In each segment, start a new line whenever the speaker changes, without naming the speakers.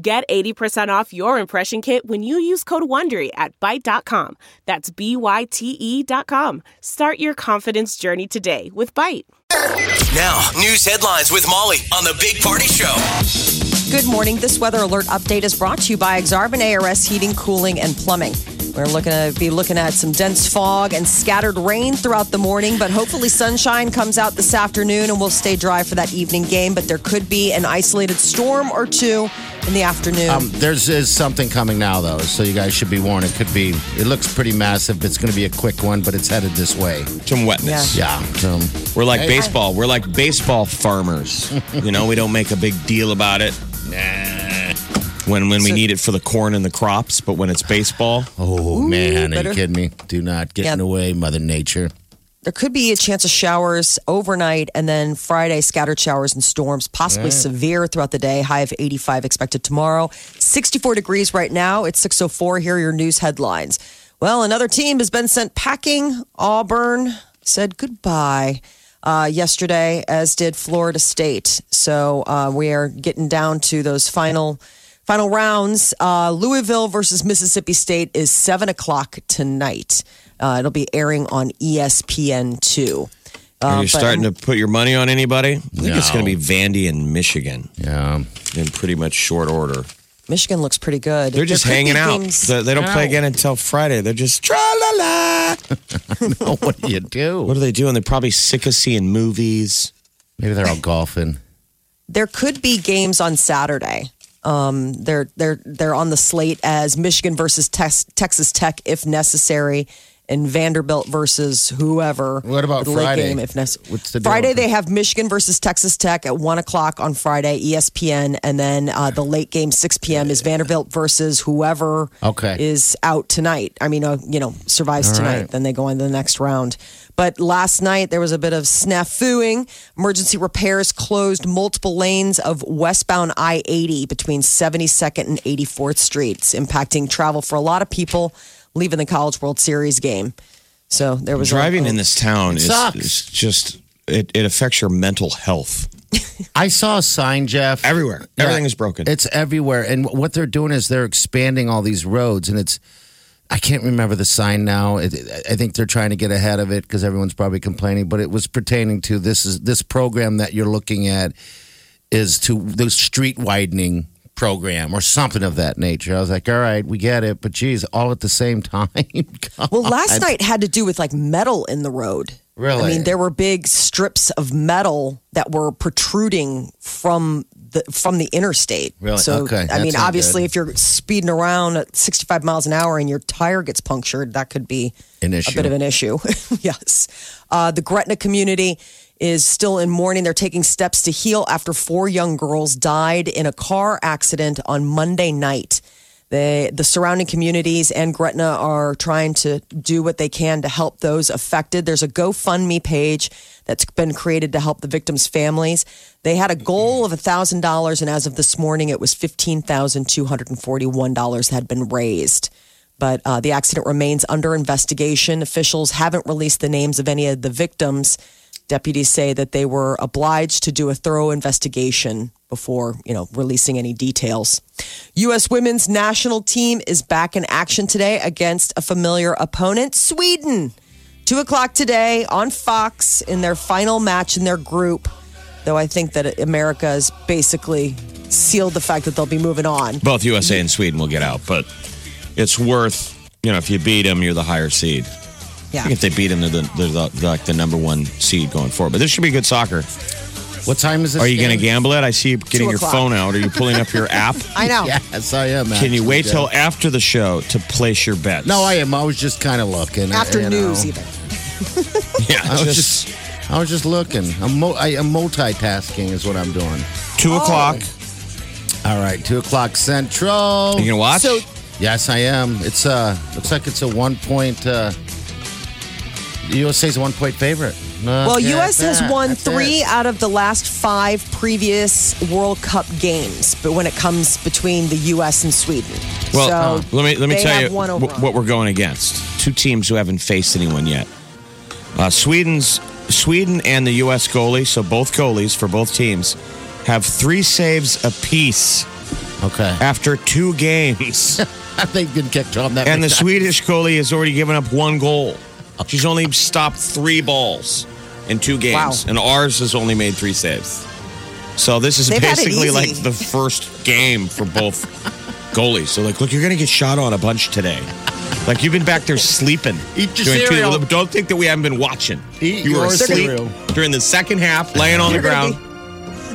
Get 80% off your impression kit when you use code WONDERY at Byte.com. That's B-Y-T-E E dot com. Start your confidence journey today with Byte.
Now, news headlines with Molly on the Big Party Show.
Good morning. This weather alert update is brought to you by Exarban ARS Heating, Cooling, and Plumbing. We're looking to be looking at some dense fog and scattered rain throughout the morning, but hopefully sunshine comes out this afternoon and we'll stay dry for that evening game. But there could be an isolated storm or two in the afternoon.
Um, there's is something coming now though, so you guys should be warned. It could be. It looks pretty massive. It's going to be a quick one, but it's headed this way.
Some wetness.
Yeah. So,
We're like baseball. We're like baseball farmers. you know, we don't make a big deal about it. When when we need it for the corn and the crops, but when it's baseball,
oh man, are
better-
you kidding me? Do not get
Yeah.
in the way, Mother Nature.
there could be a chance of showers overnight and then Friday, scattered showers and storms, possibly severe throughout the day. High of 85 expected tomorrow. 64 degrees right now. It's 604. Here are your news headlines. Well, another team has been sent packing. Auburn said goodbye uh, yesterday, as did Florida State. So uh, we are getting down to those final. Final rounds. Uh, Louisville versus Mississippi State is seven o'clock tonight. Uh, it'll be airing on E ESPN two.
are you starting to put your money on anybody? I think it's
No.
going to be Vandy and Michigan
Yeah.
in pretty much short order.
Michigan looks pretty good.
They're just
There could
hanging
be
out.
games-
They, they don't play again until Friday. They're just tra la la.
Oh, what do you do?
What are they doing? They're probably sick of seeing movies.
Maybe they're all golfing.
there could be games on Saturday. Um, they're they're they're on the slate as Michigan versus Tex- Texas Tech if necessary, and Vanderbilt versus whoever.
What about
the late
Friday?
game if necessary?
What's the deal
Friday?
with
They have Michigan versus Texas Tech at one o'clock on Friday, E ESPN, and then uh, the late game six p.m. is Vanderbilt versus whoever
Okay.
is out tonight. I mean, uh, you know, survives tonight.
right.
Then they go into the next round. But last night there was a bit of snafuing. Emergency repairs closed multiple lanes of westbound I 80 between 72nd and 84th Streets, impacting travel for a lot of people leaving the College World Series game. So there was a-
Driving in this town is,
sucks.
is just it, it affects your mental health.
I saw a sign, Jeff.
Everywhere. Everything is broken.
It's everywhere. And what they're doing is they're expanding all these roads, and it's. I can't remember the sign now. It, I think they're trying to get ahead of it because everyone's probably complaining. But it was pertaining to this is this program that you're looking at is to the street widening program or something of that nature. I was like, all right, we get it, but geez, all at the same time. God.
Well, last night had to do with like metal in the road.
Really?
I mean, there were big strips of metal that were protruding from the from the interstate.
Really?
So,
Okay,
I
that's
mean,
not
obviously,
good.
if you're speeding around at 65 miles an hour and your tire gets punctured, that could be
An
a
issue.
bit of an issue. yes. Uh, the Gretna community is still in mourning. They're taking steps to heal after four young girls died in a car accident on Monday night. They, the surrounding communities and Gretna are trying to do what they can to help those affected. There's a GoFundMe page that's been created to help the victims' families. They had a goal of $1,000, and as of this morning, it was $15,241 had been raised but uh, the accident remains under investigation. Officials haven't released the names of any of the victims. Deputies say that they were obliged to do a thorough investigation before, you know, releasing any details. U.S. Women's National Team is back in action today against a familiar opponent, Sweden. Two o'clock today on Fox in their final match in their group. Though I think that America has basically sealed the fact that they'll be moving on.
Both USA and Sweden will get out, but it's worth you know if you beat them, you're the higher seed. I
Yeah.
think if they beat them, they're, the, they're, the, they're like the number one seed going forward. But this should be good soccer.
what time is this?
Are you going to
game?
gamble it? I see you getting your
o'clock.
phone out. Are you pulling up your app?
I know.
Yes, I am.
Can you
actually,
wait
Jeff.
till after the show to place your bets?
No, I am. I was just kind of looking.
After
you know.
news, even.
Yeah,
I was
just,
just, I was just looking. I'm, mo- I, am multitasking is what I'm doing.
two o'clock.
All right, two o'clock central.
You gonna watch?
So
yes, I am. It's uh looks like it's a one point. Uh, the USA's a one point favorite. Look
Well,
at
U.S. has
that.
won
That's
three
it.
out of the last five previous World Cup games, but when it comes between the U.S. and Sweden,
Well,
so
let me let me
they
tell you
have one
wh- what we're going against. Two teams who haven't faced anyone yet. Uh, Sweden's Sweden and the U.S. goalie, so both goalies for both teams have three saves apiece
Okay,
after two games,
they've been kicked on that.
and the
many times.
Swedish goalie has already given up one goal. She's only stopped three balls in two games,
Wow.
and ours has only made three saves. So this is
They've had it
basically
easy.
like the first game for both goalies. So like, look, you're going to get shot on a bunch today. Like you've been back there sleeping.
Eat your
during two-
cereal.
don't think that we haven't been watching.
Eat
you were
your
asleep
cereal.
during the second half, laying on the
You're gonna
ground.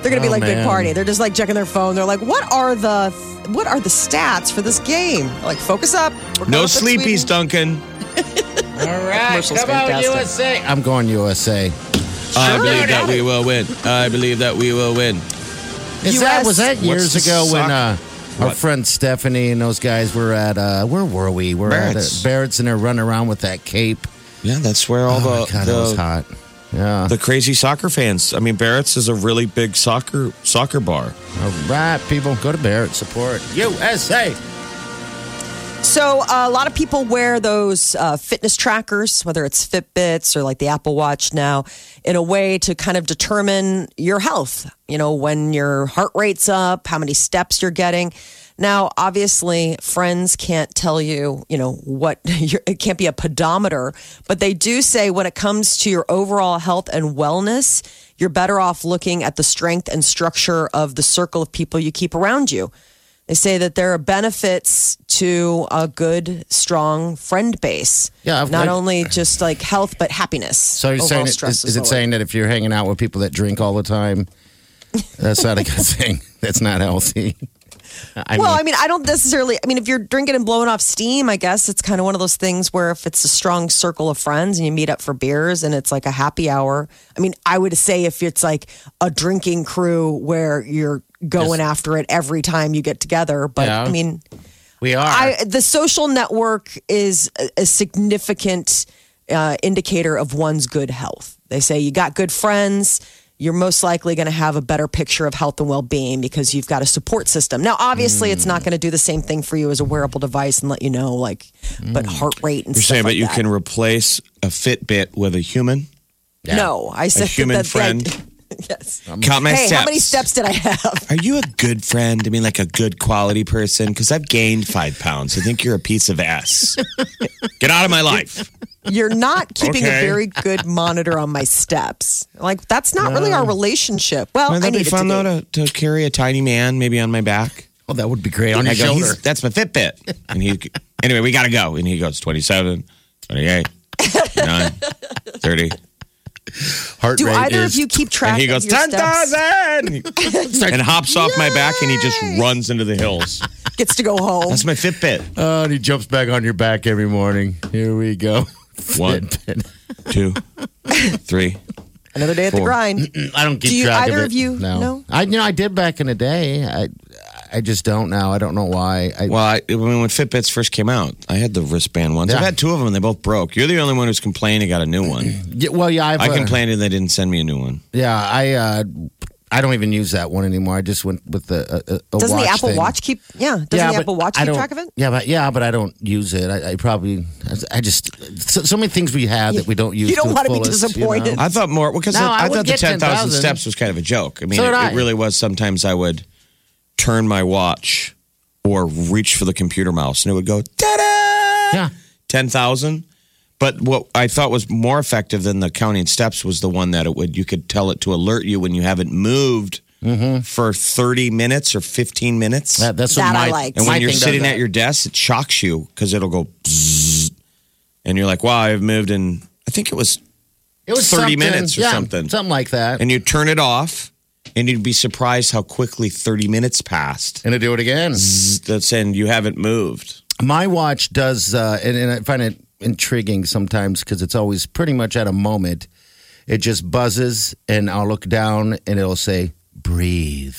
They're going to be
Oh,
like big
man.
party. They're just like checking their phone. They're like, "What are the what are the stats for this game?" Like, focus up. We're
no
going for
sleepies,
Sweden.
Duncan.
All right,
commercial's
come on,
fantastic.
USA. I'm going USA.
I believe that we will win. I believe that we will win.
Is that
US.
was that years
What's the
ago when uh,
sock-
our
What?
friend Stephanie and those guys were at uh, where were we? We're
Barrett's.
at uh, Barrett's and they're running around with that cape.
Yeah, that's where all
Oh
the
my god, it was
the,
hot. Yeah.
the crazy soccer fans. I mean, Barrett's is a really big soccer soccer bar.
All right, people, go to Barrett support USA.
So uh, a lot of people wear those uh, fitness trackers, whether it's Fitbits or like the Apple Watch now, in a way to kind of determine your health. You know, when your heart rate's up, how many steps you're getting. Now, obviously, friends can't tell you, you know, what your, it can't be a pedometer, but they do say when it comes to your overall health and wellness, you're better off looking at the strength and structure of the circle of people you keep around you. They say that there are benefits to a good, strong friend base.
Yeah, I've-
not
I-
only just like health, but happiness.
So you're
Overall
saying it,
stress
is, is it
lower.
saying that if you're hanging out with people that drink all the time, that's not a good thing. That's not healthy. I
well,
mean,
I mean, I don't necessarily. I mean, if you're drinking and blowing off steam, I guess it's kind of one of those things where if it's a strong circle of friends and you meet up for beers and it's like a happy hour. I mean, I would say if it's like a drinking crew where you're going after it every time you get together. But
Yeah.
I mean,
we are.
I, the social network is a, a significant uh, indicator of one's good health. They say you got good friends, you're most likely going to have a better picture of health and well being because you've got a support system. Now, obviously, it's not going to do the same thing for you as a wearable device and let you know, like, but
Mm.
heart rate and
You're
stuff
saying, but
like
you
that.
can replace a Fitbit with a human.
No, I said
human
that, that-
friend.
yes.
Count my
Hey,
steps.
how many steps did I have?
Are you a good friend? I mean, like a good quality person? Because I've gained five pounds. I think you're a piece of ass. Get out of my life.
You're not keeping a
Okay.
very good monitor on my steps. Like that's not really our relationship. Well,
Wouldn't
I
that
need
be
it
fun,
to be.
though, to, to carry a tiny man maybe on my back?
oh, that would be great on
I
your
go,
shoulder.
"He's- that's my Fitbit. And he, anyway, we got to go. And he goes, 27, 28, 9, 30.
Heart
Do
rate
either
is-
of you keep track
And he
of
goes,
your steps?
10,000! And hops off my back and he just runs into the hills.
Gets to go home.
That's my Fitbit.
Oh, and he jumps back on your back every morning. Here we go.
One, two, three.
Another day at the
Four.
grind.
I don't keep
Do you-
track
either
of it.
of you
No.
know?
I you know I did back in the day. I I just don't now. I don't know why. I,
Well, I, I mean, when Fitbits first came out, I had the wristband ones. I've
Yeah.
had two of them, and they both broke. You're the only one who's complained I got a new one.
yeah, well, yeah, I've,
I
uh,
complained and they didn't send me a new one.
Yeah, I uh, I don't even use that one anymore. I just went with the uh, a, a- a
Doesn't
watch
the Apple
thing.
Watch keep? Yeah. Doesn't the
but
Apple Watch
I
keep
don't-
track of it?
Yeah, but yeah, but I don't use it. I, I probably I just so, so many things we have that we don't use.
You don't
want to the
be
fullest, you know?
disappointed.
I thought more because
No,
I,
I
I thought
would
the
get
ten thousand
10,000.
steps was kind of a joke. I mean,
So
it,
did I.
it really was. Sometimes I would turn my watch or reach for the computer mouse, and it would go ta-da,
Yeah.
ten thousand. But what I thought was more effective than the counting steps was the one that it would you could tell it to alert you when you haven't moved for thirty minutes or fifteen minutes.
Mm-hmm. That, that's what
That I
my,
liked.
And
my
when you're
thing does
sitting
that.
at your desk, it shocks you because it'll go, bzzz, and you're like, "Wow, I've moved in." I think it was,
it was
30
something,
minutes or
yeah,
something.
something like that, and,
and you turn it off, and you'd be surprised how quickly 30 minutes passed.
to do it again.
Bzzz,
Mm-hmm.
That's and you haven't moved.
My watch does, uh, and, and I find it intriguing sometimes because it's always pretty much at a moment. It just buzzes, and I'll look down, and it'll say "breathe."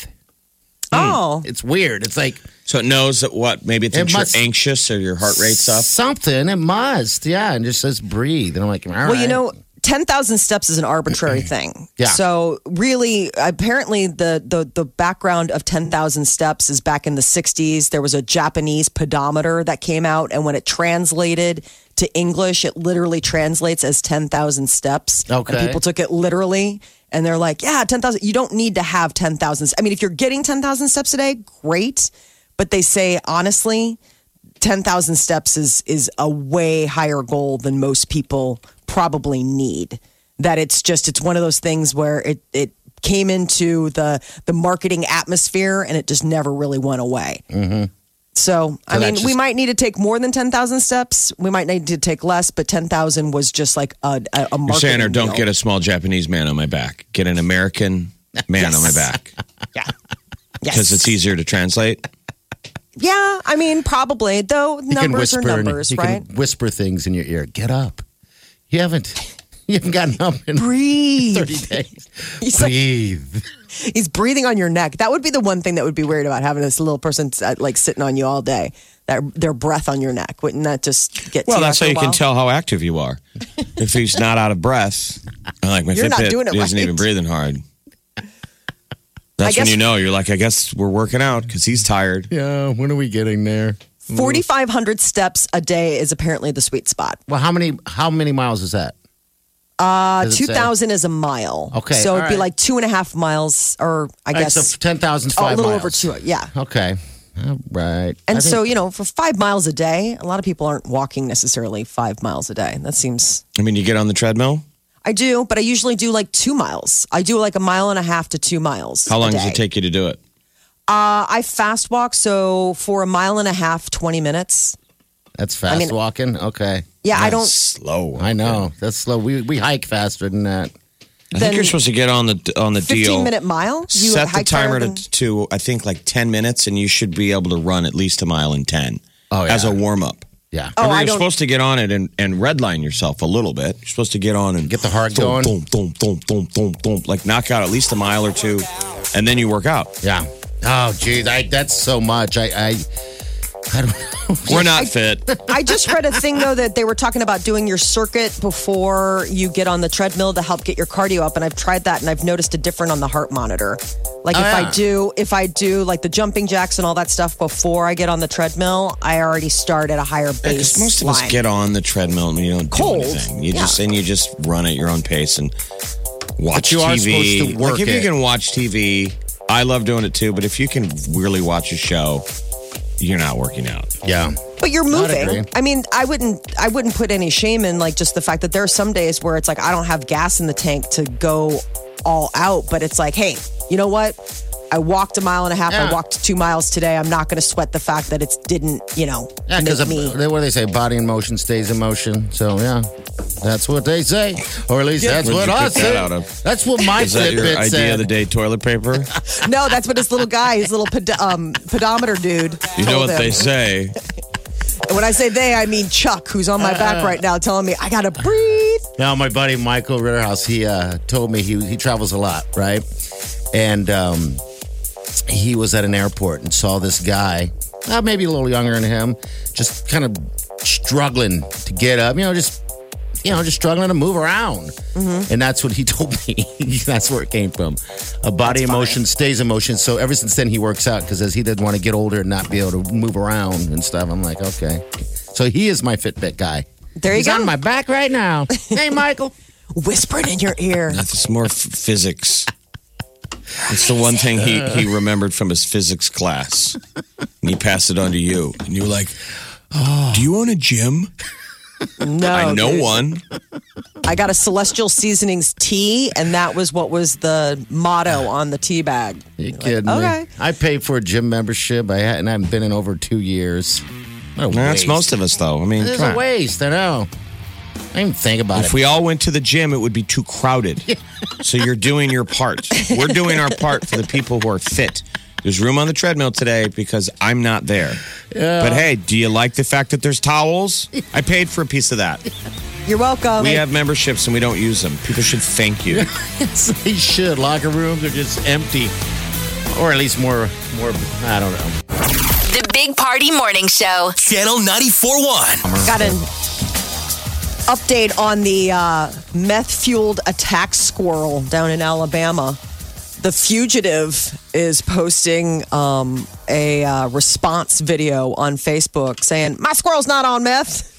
Oh,
It's weird. It's like
So it knows that what maybe it
It
thinks you're
must-
anxious or your heart rate's up.
something. It must. Yeah. And just says breathe. And I'm like, all right.
Well, you know, 10,000 steps is an arbitrary thing.
Yeah.
So, really, apparently, the, the, the background of 10,000 steps is back in the 60s. There was a Japanese pedometer that came out, and when it translated to English, it literally translates as 10,000 steps.
Okay.
And people took it literally. And they're like, yeah, 10,000. You don't need to have 10,000. I mean, if you're getting 10,000 steps a day, great. But they say, honestly, ten thousand steps is is a way higher goal than most people probably need. That it's just it's one of those things where it it came into the the marketing atmosphere and it just never really went away. So, I mean,
that's
we
just-
might need to take more than ten thousand steps. We might need to take less, but ten thousand was just like a a, a
You're
marketing.
saying, or don't
deal.
get a small Japanese man on my back. Get an American man on my back because
Yes.
it's easier to translate.
yeah. I mean, probably though.
you can
numbers
whisper
are
and
numbers,
you
right?
can whisper things in your ear. Get up. You haven't. You haven't gotten up in
Breathe.
30 days.
He's like-
Breathe.
He's breathing on your neck. That would be the one thing that would be weird about having this little person uh, like sitting on you all day. That their breath on your neck wouldn't that just get?
Well,
to
that's
after
how you
a
can
while?
tell how active you are. If he's not out of breath, I'm like my
You're not
Fitbit
doing it
isn't
right.
even breathing hard. That's
I
when
guess-
you know you're like, I guess we're working out because he's tired.
Yeah. When are we getting there?
Forty five hundred steps a day is apparently the sweet spot.
Well, how many how many miles is that?
Uh,
Does it
two
say?
thousand is a mile.
Okay,
so it'd be
all right.
like two and a half miles, or I
All right,
guess
so ten thousand
oh,
five
a little
miles.
over two. Yeah.
Okay. All right.
And
I
so
think-
you know, for five miles a day, a lot of people aren't walking necessarily five miles a day. That seems
I mean, you get on the treadmill.
I do, but I usually do like two miles. I do like a mile and a half to two miles.
How
a
long does it
day.
take you to do it?
Uh, I fast walk, so for a mile and a half, 20 minutes.
that's fast
mean-
walking. Okay.
Yeah, I
That's
don't.
slow.
I know. That's slow. We we hike faster than that.
I think you're supposed to get on the on the
15
deal.
minute mile? You
set the
hike higher
timer
than-
to, to I think like ten minutes, and you should be able to run at least a mile in ten
Oh, yeah.
as a warm up.
Yeah.
Oh,
Remember,
I
you're
don't.
supposed to get on it and, and redline yourself a little bit. You're supposed to get on and
Get the heart
thump,
going.
thump, thump, thump, thump, thump, thump, like knock out at least a mile or two, and then you work out.
Yeah. Oh geez, I, that's so much. I I, I don't know.
We're not fit.
I just read a thing though that they were talking about doing your circuit before you get on the treadmill to help get your cardio up, and I've tried that and I've noticed a difference on the heart monitor. Like
Oh,
if
yeah.
I do, if I do like the jumping jacks and all that stuff before I get on the treadmill, I already start at a higher base.
Because most of us
line.
get on the treadmill and you don't
Cold.
do anything. You
Yeah.
just and you just run at your own pace and watch
But you are
TV.
supposed to work
like if you
it.
can watch TV, I love doing it too. But if you can really watch a show, you're not working out.
Yeah.
But you're moving.
agree.
I mean, I wouldn't I wouldn't put any shame in like just the fact that there are some days where it's like I don't have gas in the tank to go all out, but it's like, hey, you know what? I walked a mile and a half. I
Yeah.
walked two miles today. I'm not going to sweat the fact that it's didn't, you know,
Yeah,
make
because
me.
what do they say? Body in motion stays in motion. So yeah, that's what they say, or at least that's what
Where'd you
I
pick that
said.
out of?
That's what my
Is that your
Fitbit
idea of
said.
the day? Toilet paper.
No, that's what his little guy, his little ped- um, pedometer dude.
You know
told
what
him.
they say.
And When I say they, I mean Chuck, who's on my
Uh.
back right now, telling me I got to breathe.
Now, my buddy Michael Ritterhouse, he uh, told me he he travels a lot, right? And um, he was at an airport and saw this guy, uh, maybe a little younger than him, just kind of struggling to get up. You know, just you know, just struggling to move around.
Mm-hmm.
And that's what he told me. that's where it came from. A body in motion stays in motion. So ever since then, he works out because as he didn't want to get older and not be able to move around and stuff, I'm like, okay. So he is my Fitbit guy.
There you
He's
go.
on my back right now. hey, Michael.
Whispering in your ear.
It's more f- physics. It's the one thing he, he remembered from his physics class. And he passed it on to you. And you were like, "Oh, Do you own a gym?
No,
Oh,
I know
dude.
one.
I got a Celestial Seasonings tea, and that was what was the motto on the tea bag.
You kidding
okay.
me? I paid for a gym membership. I hadn't, I haven't been in over two years. What a
No, that's
waste.
most of us, though. I mean,
It is
come
a
on.
waste. I know. I didn't even think about
if
it.
we all went to the gym, it would be too crowded. So you're doing your part. We're doing our part for the people who are fit. There's room on the treadmill today because I'm not there. But hey, do you like the fact that there's towels? I paid for a piece of that.
You're welcome.
We have memberships and we don't use them. People should thank you.
they should. Locker rooms are just empty. or at least more, more. I don't know.
The Big Party Morning Show.
Channel 94.1.
Got an update on the uh, meth fueled attack squirrel down in Alabama. The fugitive is posting um, a uh, response video on Facebook saying, My squirrel's not on meth.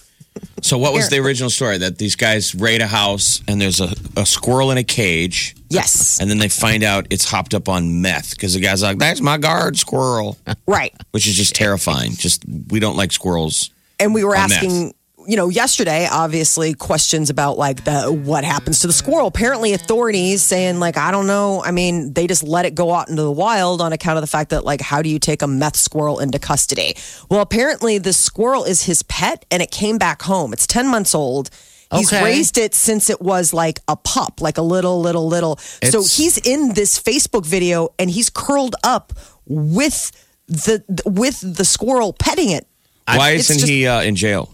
So, what was the original story? That these guys raid a house and there's a, a squirrel in a cage,
Yes.
and then they find out it's hopped up on meth because the guy's like, "That's my guard squirrel,"
Right.
which is just terrifying. Just we don't like squirrels.
And we were
On meth.
asking, you know, yesterday, obviously, questions about like the what happens to the squirrel. Apparently, authorities saying like, I don't know. I mean, they just let it go out into the wild on account of the fact that like, how do you take a meth squirrel into custody? Well, apparently, the squirrel is his pet, and it came back home. It's ten months old. He's
Okay.
raised it since it was like a pup, like a little, little, little. so
It's-
he's in this Facebook video, and he's curled up with the with the squirrel petting it.
Why
it's
isn't
just-
he uh, in jail?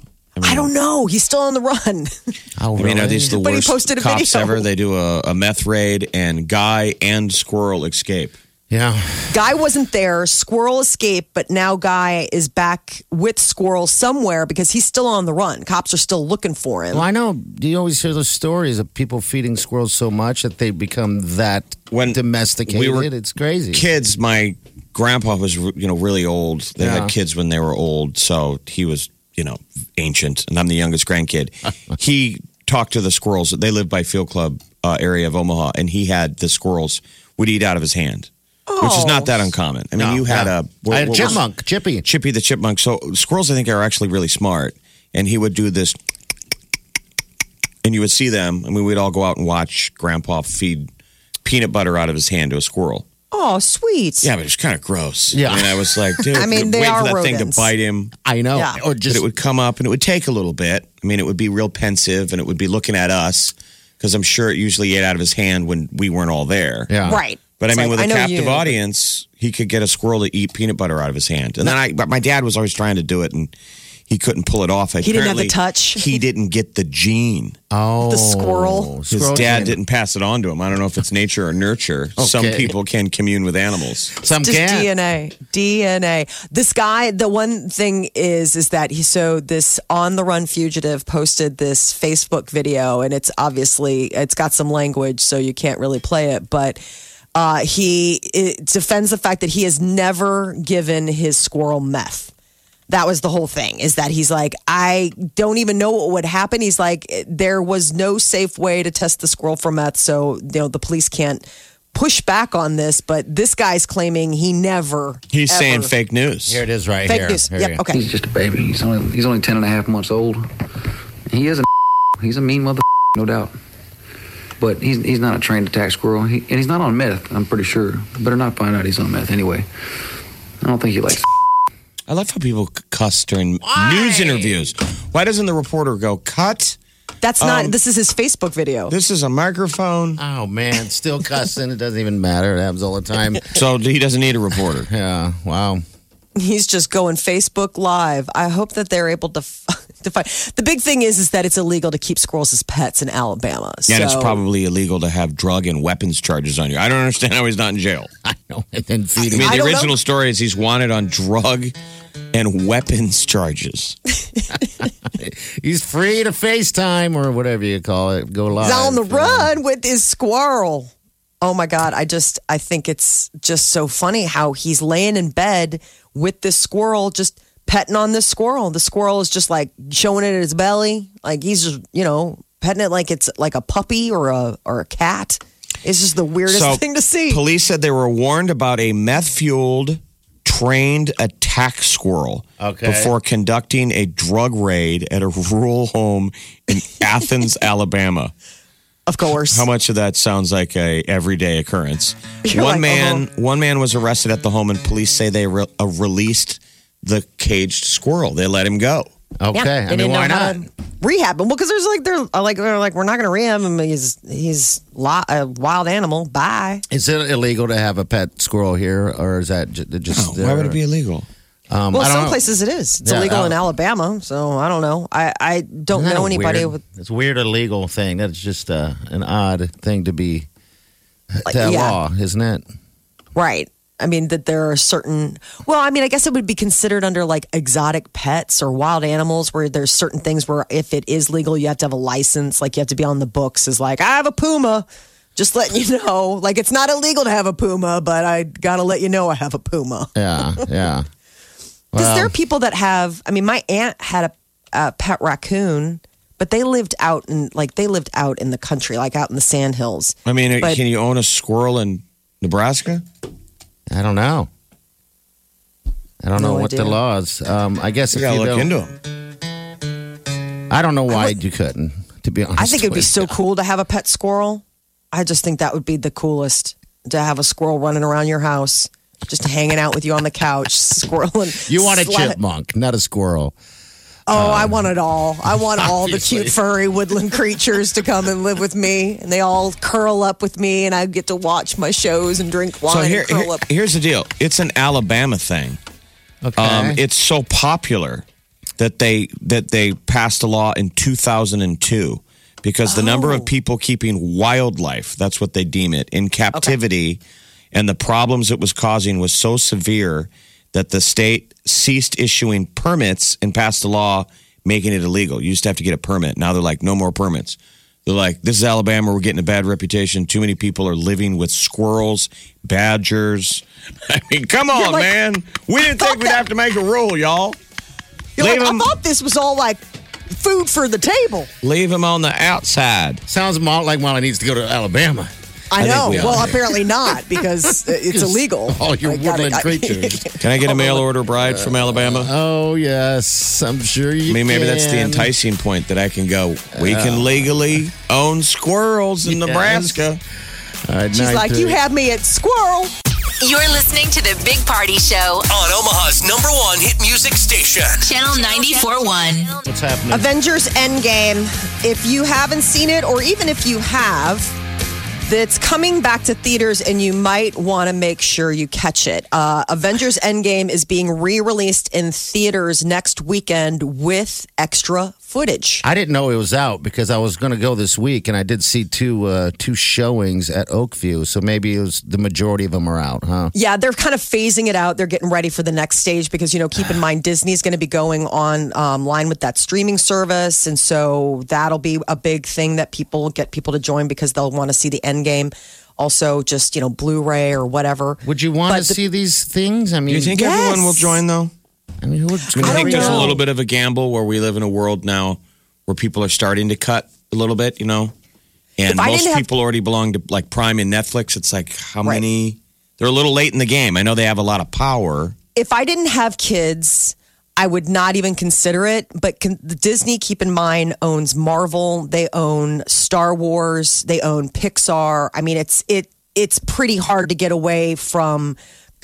I don't
Mm.
know. He's still on the run.
Oh,
I mean, are these the
But he
worst
posted a
cops
video.
ever? They do a, a meth raid, and guy and squirrel escape.
yeah.
Guy wasn't there. Squirrel escaped, but now Guy is back with Squirrel somewhere because he's still on the run. Cops are still looking for him.
Well, I know you always hear those stories of people feeding squirrels so much that they become that
When
domesticated.
we were
it's crazy.
kids, my grandpa was you know really old. They
Yeah.
had kids when they were old, so he was you know ancient, and I'm the youngest grandkid. he talked to the squirrels. They lived by Field Club uh, area of Omaha, and he had the squirrels would eat out of his hand, which is not that
Oh.
uncommon. I mean, you had a what-
I had a
what was-
chipmunk, Chippy.
Chippy the chipmunk. So squirrels, I think, are actually really smart, and he would do this. And you would see them, and we would all go out and watch Grandpa feed peanut butter out of his hand to a squirrel.
oh, sweet.
Yeah, but it's kind of gross.
Yeah.
I mean, I was like, dude,
I mean, they
wait
are
for that thing
rodents.
to bite him.
I know.
Yeah.
Or
But
just
it would come up and it would take a little bit. I mean, it would be real pensive and it would be looking at us because I'm sure it usually ate out of his hand when we weren't all there.
yeah.
Right.
But I
It's
mean,
like,
with a
know
captive
you.
audience, he could get a squirrel to eat peanut butter out of his hand. And then I, but my dad was always trying to do it and he couldn't pull it off.
He didn't have the
Apparently,
touch.
He didn't get the gene.
Oh,
The squirrel.
His
squirrel
dad
gene.
didn't pass it on to him. I don't know if it's nature or nurture. Some
Okay.
people can commune with animals.
Some
Just
can.
DNA. DNA. This guy, the one thing is, is that he, so this on the run fugitive posted this Facebook video and it's obviously, it's got some language, so you can't really play it, but. Uh, he it defends the fact that he has never given his squirrel meth. That was the whole thing is that he's like, I don't even know what would happen. He's like, there was no safe way to test the squirrel for meth. So, you know, the police can't push back on this. But this guy's claiming he never.
He's
ever-
saying fake news.
Here it is right
Fake
here.
news.
Here
Yep.
you go.
Okay.
He's just a baby. He's only he's only ten and a half months old. He is a he's a mean mother, no doubt. But he's he's not a trained attack squirrel, he, and he's not on meth. I'm pretty sure. Better not find out he's on meth anyway. I don't think he likes.
I love how people c- cuss during news interviews. Why doesn't the reporter go, cut?
That's not,
Um,
this is his Facebook video.
This is a microphone.
Oh man, still cussing. it doesn't even matter. It happens all the time.
So he doesn't need a reporter.
Yeah. Wow.
he's just going Facebook Live. I hope that they're able to. F- to find the big thing is is that it's illegal to keep squirrels as pets in Alabama.
Yeah, and it's
So-
probably illegal to have drug and weapons charges on you. I don't understand how he's not in jail.
I know. And then
I
feeding.
mean,
I
the
don't know.
original story is he's wanted on drug and weapons charges.
He's free to FaceTime or whatever you call it. Go live.
He's on the run with his squirrel. Oh my God. I just, I think it's just so funny how he's laying in bed with this squirrel, just petting on this squirrel. The squirrel is just like showing it at his belly. Like he's just, you know, petting it like it's like a puppy or a, or a cat. It's just the weirdest thing to see.
Police said they were warned about a meth fueled trained attack squirrel
Okay.
before conducting a drug raid at a rural home in Athens, Alabama.
of course.
How much of that sounds like a everyday occurrence?
You're
one
like, uh-huh.
man, one man was arrested at the home, and police say they re- uh, released the caged squirrel. They let him go.
Okay.
Yeah,
I
they
mean,
didn't know
why
how
not?
to Rehab him. Well, because there's like, they're like, they're like, we're not going to rehab him. He's, he's li- a wild animal. Bye.
Is it illegal to have a pet squirrel here, or is that ju- just? uh, there?
illegal?
Um,
Well,
I don't
some
know.
places it is. It's
Yeah,
illegal in
I-
Alabama, so I don't know. I, I don't
Isn't that
know anybody
weird?
with
It's a weird illegal thing. That's just uh, an odd thing to be to
yeah.
law, isn't it?
right. I mean, that there are certain, well, I mean, I guess it would be considered under like exotic pets or wild animals where there's certain things where if it is legal, you have to have a license. Like you have to be on the books as like, I have a puma. Just letting you know, like it's not illegal to have a puma, but I gotta let you know I have a puma.
Yeah, yeah.
Because there are people that have. I mean, my aunt had a, a pet raccoon, but they lived out in like they lived out in the country, like out in the sand hills.
I mean, uh,
But-
can you own a squirrel in Nebraska?
I don't know. I don't
No
know what the
idea.
laws. Um, I guess
You
if
gotta
you
look
don't,
into them.
I don't know why you couldn't. To be honest,
I think it'd be
with
so
you.
cool to have a pet squirrel. I just think that would be the coolest to have a squirrel running around your house, just hanging out with you on the couch, squirreling.
You want a
sla-
chipmunk, not a squirrel.
Oh, I want it all. I want all the cute furry woodland creatures to come and live with me, and they all curl up with me, and I get to watch my shows and drink wine
So here,
and curl
here-
up.
here's the deal. It's an Alabama thing.
Okay.
Um, it's so popular that they that they passed a law in 2002 because the number
Oh.
of people keeping wildlife, that's what they deem it, in captivity and the problems it was causing was so severe that the state ceased issuing permits and passed a law making it illegal. You used to have to get a permit. Now they're like no more permits. They're like this is Alabama, we're getting a bad reputation. Too many people are living with squirrels, badgers. I mean, come on,
like,
man. We didn't think
"Fuck
we'd
that."
have to make a rule, y'all.
You're
leave
like, I
them-
thought this was all like food for the table.
Leave them on the outside.
Sounds mo- like Molly needs to go to Alabama.
I
I think
know.
we
well,
all do.
apparently not because uh, it's illegal.
All your
I got it.
Oh, woodland
I-
creatures.
Can I get
Oh,
a mail order bride from Alabama?
oh yes, I'm sure you.
I mean, maybe that's the
can.
enticing point that I can go. We can legally own squirrels in
Yes.
Nebraska.
All right,
She's
nine
like, you
three.
had me at squirrel.
You're listening to the Big Party Show,
On Omaha's number one hit music station.
Channel 94.1.
What's happening?
Avengers Endgame. If you haven't seen it, or even if you have, that's coming back to theaters, and you might want to make sure you catch it. Uh, Avengers Endgame is being re released in theaters next weekend with extra footage.
I didn't know it was out because I was going to go this week, and I did see two uh, two showings at Oakview. So maybe it was the majority of them are out, huh?
Yeah, they're kind of phasing it out. They're getting ready for the next stage because you know, keep in mind Disney's going to be going on um, line with that streaming service, and so that'll be a big thing that people get people to join because they'll want to see the end game. Also, just you know, Blu-ray or whatever.
Would you want to
But the-
see these things? I mean,
Do you think
Yes.
everyone will join though?
I mean, who would?
I, mean, I,
I
think
don't
there's a
know.
little bit of a gamble where we live in a world now where people are starting to cut a little bit, you know. And
If I
most
didn't have-
people already belong to like Prime and Netflix. It's like how
Right.
many? They're a little late in the game. I know they have a lot of power.
If I didn't have kids, I would not even consider it. But can, Disney, keep in mind, owns Marvel. They own Star Wars. They own Pixar. I mean, it's it it's pretty hard to get away from.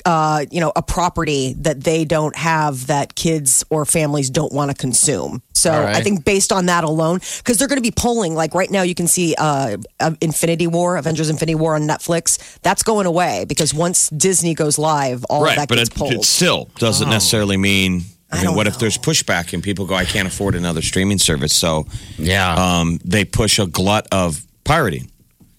Uh, you know, a property that they don't have that kids or families don't want to consume. So
All right.
I think based on that alone, because they're going to be polling. Like right now, you can see uh, uh, Infinity War, Avengers: Infinity War on Netflix. That's going away because once Disney goes live, all of
right,
Oh, that
but
gets
it,
pulled. Oh.
it still doesn't necessarily mean. I,
I
mean,
don't
what if there's pushback and people go, "I can't afford another streaming service," so
Yeah.
um, they push a glut of pirating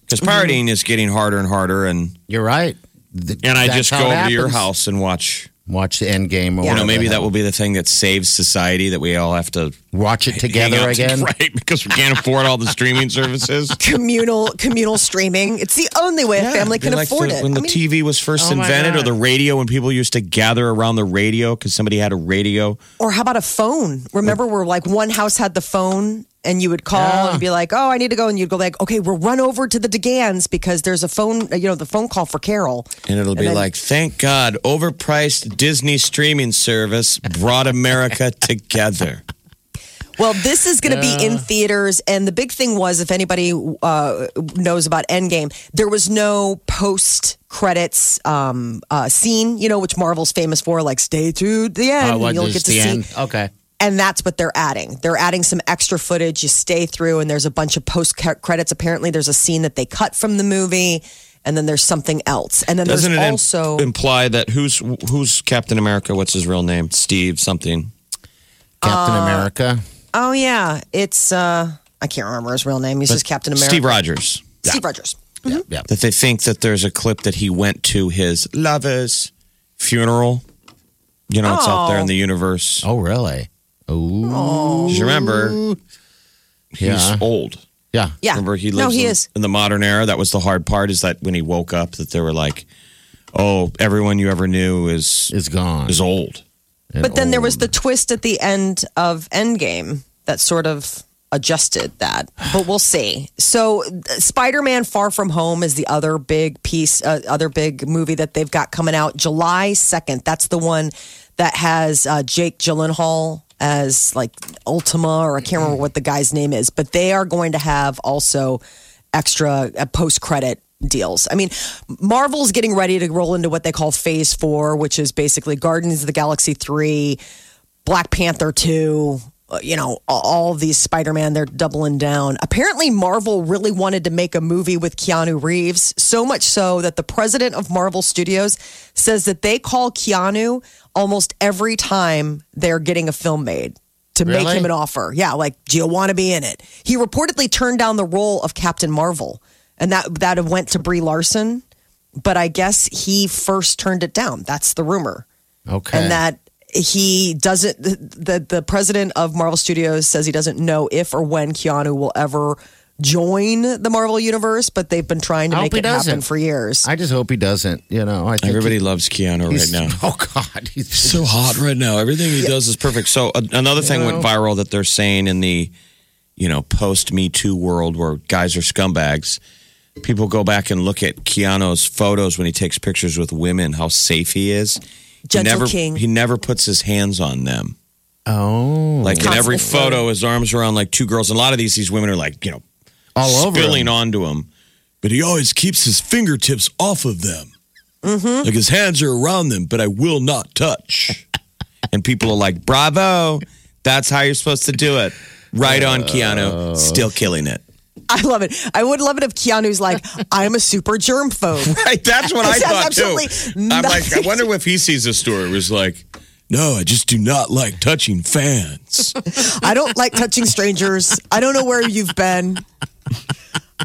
because pirating is getting harder and harder. And
You're right. Th-
and I
that's
just
how
go
it
over to your
happens.
house and watch.
watch the end game, or
Yeah.
You know,
whatever
maybe
the
that will
hell.
be the thing that saves society that we all have to
watch it
hang
together
out to-
again.
right? Because we can't afford all the streaming services.
communal communal streaming. It's the only way a family can
Like
afford
the-
it.
When the
I mean,
TV was first
Oh my
invented, or
God.
the radio, when people used to gather around the radio because somebody had a radio.
or how about a phone? Remember where like one house had the phone and you would call and be like, "Oh, I need to go," and you'd go like, "Okay, we'll run over to the Degans because there's a phone. You know, the phone call for Carol."
And it'll be
then-
like, thank God, overpriced Disney streaming service brought America together.
Well, this is going to be in theaters, and the big thing was, if anybody uh, knows about Endgame, there was no post credits um, uh, scene. You know, which Marvel's famous for, like stay to the end,
Oh,
and
what,
you'll
this
get to
the
see.
end? Okay.
and that's what they're adding. They're adding some extra footage. You stay through, and there's a bunch of post credits. Apparently, there's a scene that they cut from the movie, and then there's something else, and then
Doesn't it
there's
im-
also
imply that who's who's Captain America? What's his real name? Steve something.
Captain America.
uh, oh yeah, it's uh, I can't remember his real name. He's just Captain America.
Steve Rogers.
Steve Rogers.
Yeah, yeah.
that they think that there's a clip that he went to his lover's funeral. You know, it's out there in the universe.
Oh, really? Oh,
'Cause you remember, he's
Yeah.
old.
yeah.
Yeah.
Remember, he
no,
lives
he
in,
is.
in the modern era. That was the hard part is that when he woke up, that they were like, oh, everyone you ever knew is
It's gone.
is old.
But then there was the twist at the end of Endgame that sort of adjusted that. But we'll see. So uh, Spider-Man Far From Home is the other big piece, uh, other big movie that they've got coming out July 2nd. That's the one that has uh, Jake Gyllenhaal as like Ultima or I can't remember what the guy's name is, but they are going to have also extra uh, post credit deals. I mean, Marvel's getting ready to roll into what they call phase four, which is basically Guardians of the Galaxy 3, Black Panther 2. uh, You know, a- all these Spider Man, they're doubling down. Apparently, Marvel really wanted to make a movie with Keanu Reeves, so much so that the president of Marvel Studios says that they call Keanu almost every time they're getting a film made to make
Really?
him an offer. Yeah, like, do you want to be in it? He reportedly turned down the role of Captain Marvel, and that that went to Brie Larson. But I guess he first turned it down. That's the rumor,
Okay.
and that he doesn't. The, the The president of Marvel Studios says he doesn't know if or when Keanu will ever join the Marvel universe, but they've been trying to
I
make
hope he
it happen
doesn't.
for years.
I just hope he doesn't. You know, I think
Everybody
he-
loves Keanu right
he's-
now.
Oh God, he's
so hot right now. Everything he does is perfect. So a- another thing went viral that they're saying in the you know post Me Too world where guys are scumbags. People go back and look at Keanu's photos when he takes pictures with women. How safe he is.
Gentle
he never,
king.
He never puts his hands on them.
oh
Like in every
Constantly.
photo, his arms around like two girls. And a lot of these these women are like you know
all over
spilling
him.
onto him, but he always keeps his fingertips off of them. Like his hands are around them, but I will not touch. and people are like, bravo, that's how you're supposed to do it. Right on, Keanu. Still killing it.
I love it. I would love it if Keanu's like, I'm a super germ phobe.
Right, that's what I
This has
thought too.
absolutely
I'm like, I
nothing
wonder if he sees this story. It was like, no, I just do not like touching fans.
I don't like touching strangers. I don't know where you've been.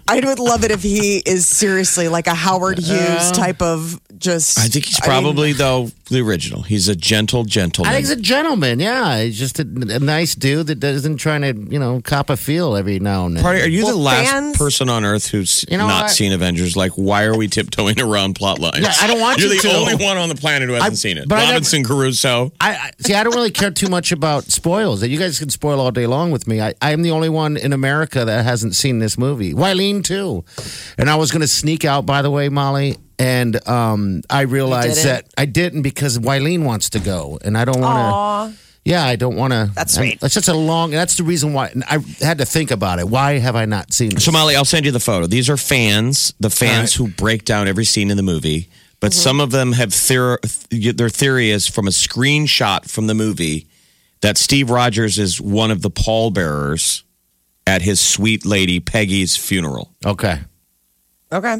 I would love it if he is seriously like a Howard Hughes type of just.
I think he's
mean,
probably though the original. He's a gentle gentleman.
I think he's a gentleman. Yeah, he's just a, a nice dude that doesn't trying to you know cop a feel every now and then.
Party, are you the
Well,
last
fans-
person on earth who's
You know
not
what?
seen Avengers? Like, why are we tiptoeing around plot lines?
Yeah, I don't want
You're
you
the
to.
only one on the planet who hasn't
I-
seen it.
but I
Robinson Crusoe.
I, I see. I don't really care too much about spoils. That you guys can spoil all day long with me. I, I am the only one in America that hasn't seen this movie. Wileen too, and I was going to sneak out. By the way, Molly, and um, I realized that
didn't?
I didn't because Wileen wants to go, and I don't want to. Yeah, I don't want to.
That's sweet.
That's just a long. That's the reason why and I had to think about it. Why have I not seen this?
So, Molly, I'll send you the photo. These are fans, the fans who break down every scene in the movie. But
Mm-hmm.
some of them have theor- th- their theory is from a screenshot from the movie that Steve Rogers is one of the pallbearers at his sweet lady Peggy's funeral.
Okay.
Okay.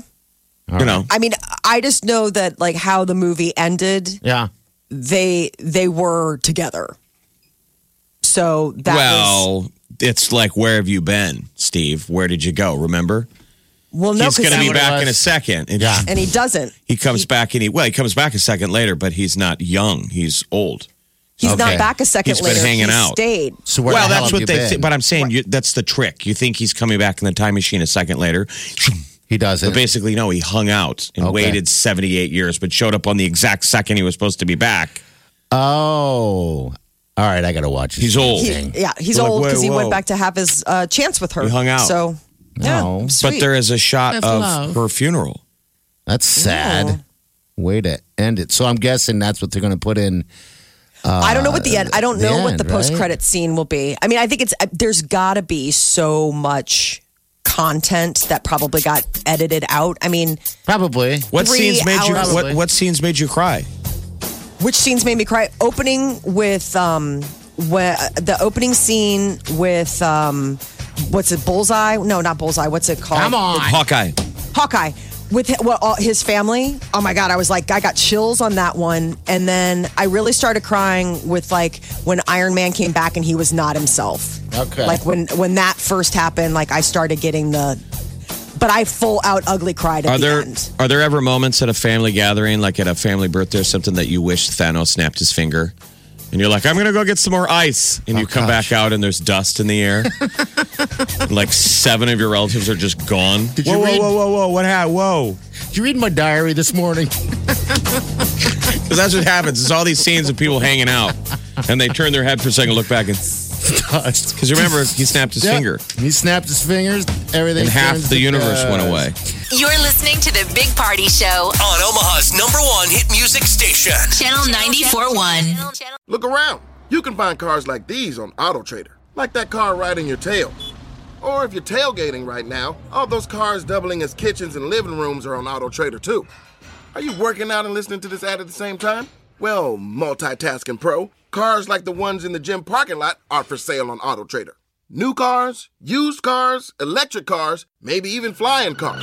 you know,
I mean, I just know that like how the movie ended,
Yeah.
they they were together. So that was
well, it's like, where have you been, Steve? Where did you go? Remember?
well, no,
he's
'cause
going to
he-
be
what it
back in a
was?
second. And
Yeah.
and he doesn't.
He comes back and he, well, he comes back a second later, but he's not young. He's old.
He's not
Okay.
back a 2nd
He's been
later.
hanging
he
out.
Stayed.
So where
well,
the hell have
that's what
you
they
been?
think. But I'm saying you, that's the trick. You think he's coming back in the time machine a second later.
he doesn't.
But basically, no, he hung out and
Okay.
waited 78 years, but showed up on the exact second he was supposed to be back.
oh. All right. I got to watch. this.
He's old.
He, yeah, he's
Like,
old
whoa,
because he
whoa.
went back to have his uh, chance with her.
He hung out.
So yeah,
No.
but
sweet.
there is a shot
That's
of
love.
her funeral.
That's sad. Way to end it. So I'm guessing that's what they're going to put in.
I don't know what the end. I don't
the
know what
end,
the post
right?
credit scene will be. I mean, I think it's uh, there's got to be so much content that probably got edited out. I mean,
Probably.
What
Three
scenes made
hours.
you? What, what scenes made you cry?
which scenes made me cry? Opening with um, wh- the opening scene with um, what's it? Bullseye? No, not bullseye. What's it called?
Come on.
Hawkeye.
Hawkeye with hi- well, all, his family. Oh my God, I was like, I got chills on that one. And then I really started crying with like when Iron Man came back and he was not himself.
Okay.
Like when when that first happened, like I started getting the but I full out ugly cried at
Are
the
there
end.
are there ever moments at a family gathering, like at a family birthday or something, that you wish Thanos snapped his finger, and you're like, "I'm gonna go get some more ice," and you
Oh,
come
gosh.
back out and there's dust in the air, like seven of your relatives are just gone.
Did you read-
whoa, whoa! What happened? Whoa!
Did you read my diary this morning?
Because that's what happens. It's all these scenes of people hanging out, and they turn their head for a second, look back, and because remember he snapped his
Yeah.
finger,
He snapped his fingers. Everything.
and half
turns
the
to
universe
dust.
went away.
You're listening to the Big Party Show,
On Omaha's number one hit music station.
Channel 94.1.
Look around. You can find cars like these on AutoTrader, like that car riding your tail. Or if you're tailgating right now, all those cars doubling as kitchens and living rooms are on AutoTrader too. Are you working out and listening to this ad at the same time? Well, multitasking pro, cars like the ones in the gym parking lot are for sale on AutoTrader. New cars, used cars, electric cars, maybe even flying cars.